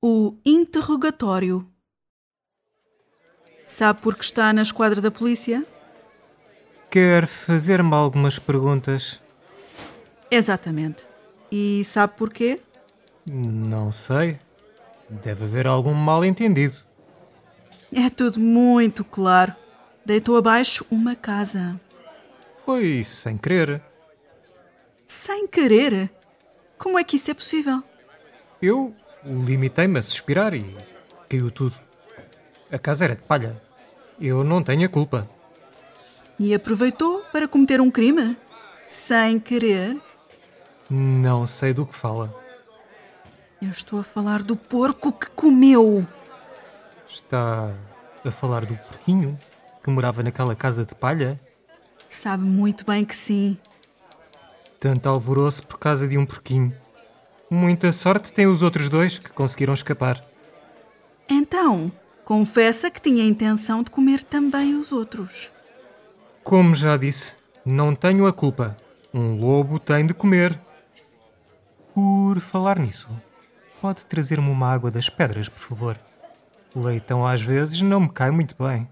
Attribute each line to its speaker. Speaker 1: O interrogatório. Sabe por que está na esquadra da polícia?
Speaker 2: Quer fazer-me algumas perguntas?
Speaker 1: Exatamente. E sabe porquê?
Speaker 2: Não sei. Deve haver algum mal-entendido.
Speaker 1: É tudo muito claro. Deitou abaixo uma casa.
Speaker 2: Foi sem querer.
Speaker 1: Sem querer? Como é que isso é possível?
Speaker 2: Eu limitei-me a suspirar e caiu tudo. A casa era de palha. Eu não tenho a culpa.
Speaker 1: E aproveitou para cometer um crime? Sem querer?
Speaker 2: Não sei do que fala.
Speaker 1: Eu estou a falar do porco que comeu.
Speaker 2: Está a falar do porquinho que morava naquela casa de palha?
Speaker 1: Sabe muito bem que sim.
Speaker 2: Tanto alvoroço por causa de um porquinho. Muita sorte têm os outros dois que conseguiram escapar.
Speaker 1: Então, confessa que tinha a intenção de comer também os outros.
Speaker 2: Como já disse, não tenho a culpa. Um lobo tem de comer. Por falar nisso, pode trazer-me uma água das pedras, por favor? Leitão às vezes não me cai muito bem.